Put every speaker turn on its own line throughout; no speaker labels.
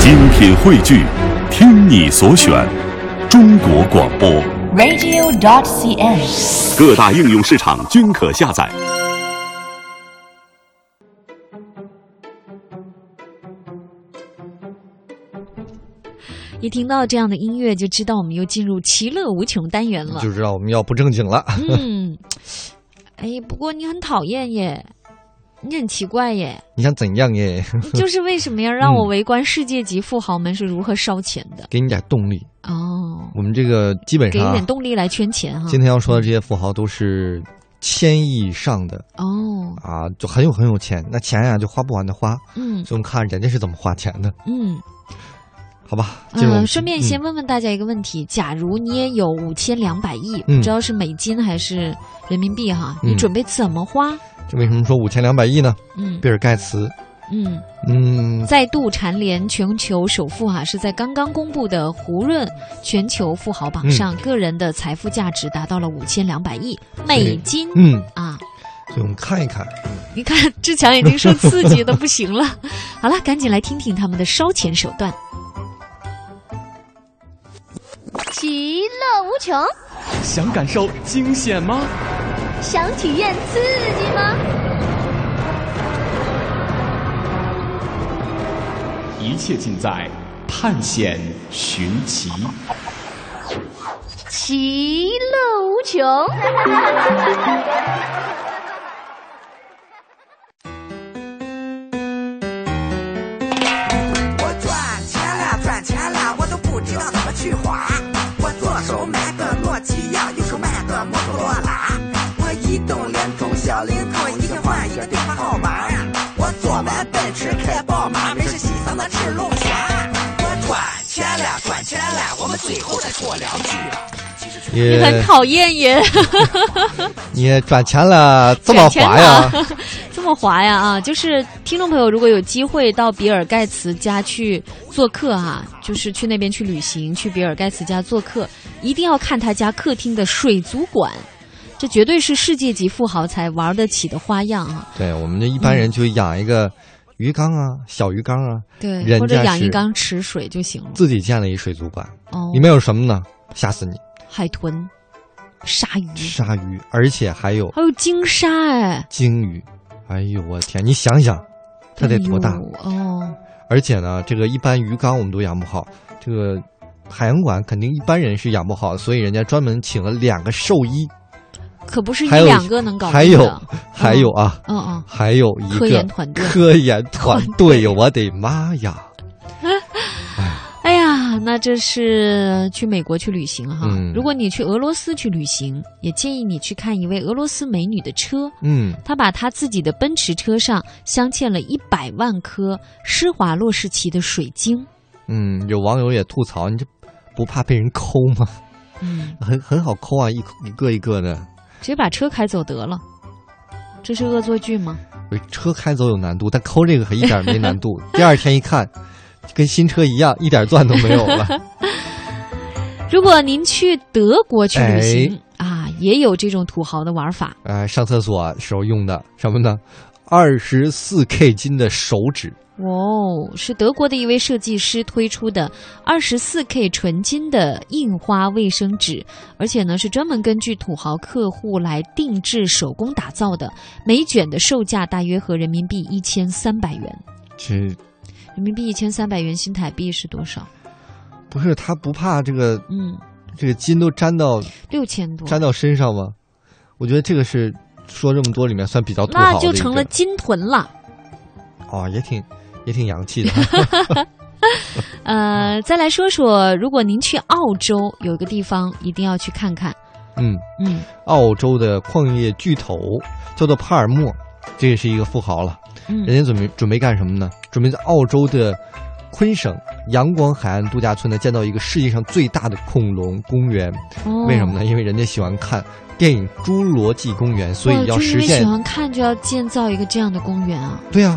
精品汇聚，听你所选，中国广播。
radio.cn。
各大应用市场均可下载。
一听到这样的音乐，就知道我们又进入其乐无穷单元了
就。知道我们要不正经了。
嗯，哎，不过你很讨厌耶，你很奇怪 耶，
你想怎样耶？
就是为什么要让我围观世界级富豪们是如何烧钱的？
给你点动力。
哦，
我们这个基本
给
上
一
啊、
点动力来圈钱哈。
今天要说的这些富豪都是千亿以上的
哦，
啊，就很有很有钱。那钱呀、就花不完的花，
嗯
所以我们看人家是怎么花钱的，
嗯
好吧？进入我
嗯，
们
顺便先问问大家一个问题：假如你也有五千两百亿，
嗯
不知道是美金还是人民币哈，你
嗯
准备怎么花？
这为什么说五千两百亿呢？
嗯
比尔盖茨，
嗯。
嗯，
再度蝉联全球首富哈、是在刚刚公布的胡润全球富豪榜上，个人的财富价值达到了五千两百亿美金。
嗯，
啊！
所以我们看一看，
你看，志强已经受刺激的不行了。 好了，赶紧来听听他们的烧钱手段。
其乐无穷，
想感受惊险吗？
想体验刺激吗？
一切尽在探险寻奇。
其乐无穷。
我赚钱啦，赚钱啦，我都不知道怎么去花。我左手买个诺基亚，右手买个摩托罗拉。我移动、联通、小灵通，一天换一个电话号码。我坐满奔驰，开宝马，没事洗桑拿吃龙虾。我赚钱啦，赚钱啦，我们最后再说两句吧。
你
也
很讨厌耶，
你也赚钱了，这么 滑呀？
啊这么滑呀啊！就是听众朋友，如果有机会到比尔盖茨家去做客哈、就是去那边去旅行，去比尔盖茨家做客，一定要看他家客厅的水族馆，这绝对是世界级富豪才玩得起的花样啊！
对我们这一般人就养一个鱼缸啊，小鱼缸啊，
对，
人
或者
家
养一
是
缸池水就行了。
自己建了一水族馆，
哦
里，面有什么呢？吓死你！
海豚、鲨鱼，
鲨鱼，而且还有
还有鲸鲨哎，
鲸鱼。哎呦，我的天！你想想，它得多大？
哎呦哦！
而且呢，这个一般鱼缸我们都养不好，这个海洋馆肯定一般人是养不好的，所以人家专门请了两个兽医，
可不是一
还有
两个能搞定的。
还有还有啊，
嗯嗯，
还有一个
科研团队
科研团队，我的妈 呀！
哎呀，那这是去美国去旅行哈。
嗯
如果你去俄罗斯去旅行，也建议你去看一位俄罗斯美女的车。
嗯，
她把她自己的奔驰车上镶嵌了一百万颗施华洛世奇的水晶。
嗯，有网友也吐槽，你这不怕被人抠吗？
嗯，
很很好抠啊，一一个一个的。
直接把车开走得了，这是恶作剧吗？
车开走有难度，但抠这个可一点没难 度。第二天一看，跟新车一样，一点钻都没 有了。
如果您去德国去旅行、啊，也有这种土豪的玩法。
呃，上厕所时候用的什么呢？二十四 K 金的手指，
哇哦，是德国的一位设计师推出的二十四 K 纯金的印花卫生纸，而且呢是专门根据土豪客户来定制手工打造的，每卷的售价大约和人民币一千三百元，
这
人民币一千三百元新台币是多少？
不是他不怕这个
嗯，
这个金都粘到
六千多，
粘到身上吗？我觉得这个是说这么多里面算比较土豪的一
那
个，
就成了金臀了。
哦，也挺也挺洋气的。
呃，再来说说，如果您去澳洲，有一个地方一定要去看看。
嗯，
嗯，
澳洲的矿业巨头叫做帕尔默，这也是一个富豪了。
嗯
人家准备准备干什么呢？准备在澳洲的昆省阳光海岸度假村呢，建造一个世界上最大的恐龙公园。
哦
为什么呢？因为人家喜欢看电影《侏罗纪公园》，所以要
哦哇就因
实
为喜
现。
欢看，就要建造一个这样的公园啊！
对啊，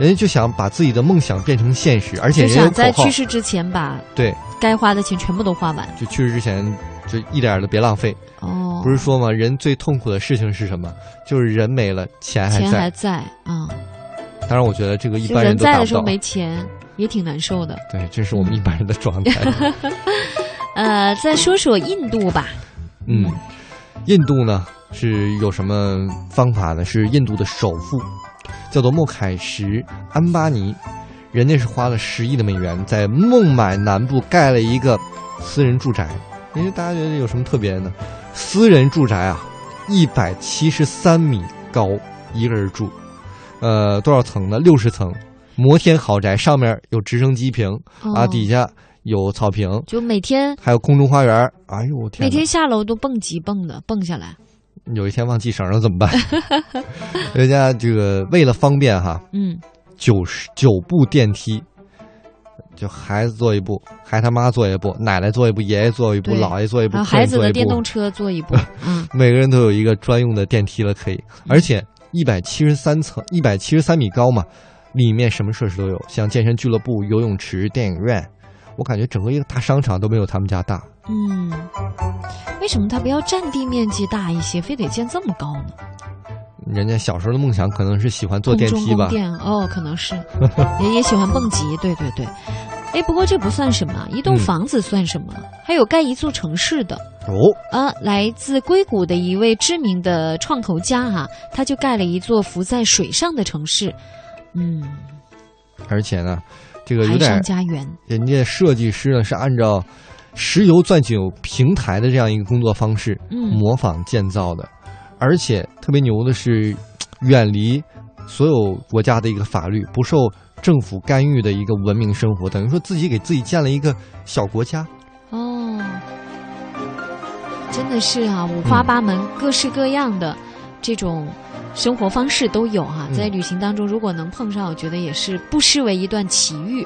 人家就想把自己的梦想变成现实，而且
就
人家有
想在
口号
去。世之前把
对，
该花的钱全部都花完。
就去世之前就一点儿都别浪费。
哦，
不是说嘛，人最痛苦的事情是什么？就是人没了，钱还
钱
在。
还在啊、
当然，我觉得这个一
就
般人
人
都
在
达
的
不
时候
到。
没钱，也挺难受的。
对，这是我们一般人的状态。
呃，再说说印度吧，
嗯，印度呢是有什么方法呢？是印度的首富叫做穆凯什·安巴尼，人家是花了十亿的美元在孟买南部盖了一个私人住宅。因为大家觉得有什么特别的呢？私人住宅啊，一百七十三米高，一个人住，呃，多少层呢？六十层，摩天豪宅，上面有直升机坪、啊，
哦
底下有草坪，
就每天
还有空中花园。哎呦，我天
每
哪！
天下楼都蹦极蹦的，蹦下来。
有一天忘系绳了怎么办？ 人家这个为了方便哈，
嗯，
九十九部电梯，就孩子坐一部，孩他妈坐一部，奶奶坐一部，爷爷坐一部，
对
姥爷坐一部，
然后
客人
孩子
坐
的
一
电
部
动车坐一步， 嗯，
每个人都有一个专用的电梯了，可以，而且一百七十三层，一百七十三米高嘛，里面什么设施都有，像健身俱乐部、游泳池、电影院，我感觉整个一个大商场都没有他们家大。
嗯，为什么它不要占地面积大一些，非得建这么高呢？
人家小时候的梦想可能是喜欢坐电
空
梯
中宫
吧，
殿哦，可能是也也喜欢蹦极，对对对。哎，不过这不算什么，一栋
嗯
房子算什么？还有盖一座城市的
哦，
啊，来自硅谷的一位知名的创投家哈、他就盖了一座浮在水上的城市，嗯，
而且呢，这个有
海
点
上家园，
人家设计师呢是按照石油钻井平台的这样一个工作方式
嗯，
模仿建造的，而且特别牛的是，远离所有国家的一个法律，不受政府干预的一个文明生活，等于说自己给自己建了一个小国家。
哦，真的是啊，五花
嗯
八门、各式各样的这种生活方式都有哈、
嗯
在旅行当中，如果能碰上，我觉得也是不失为一段奇遇。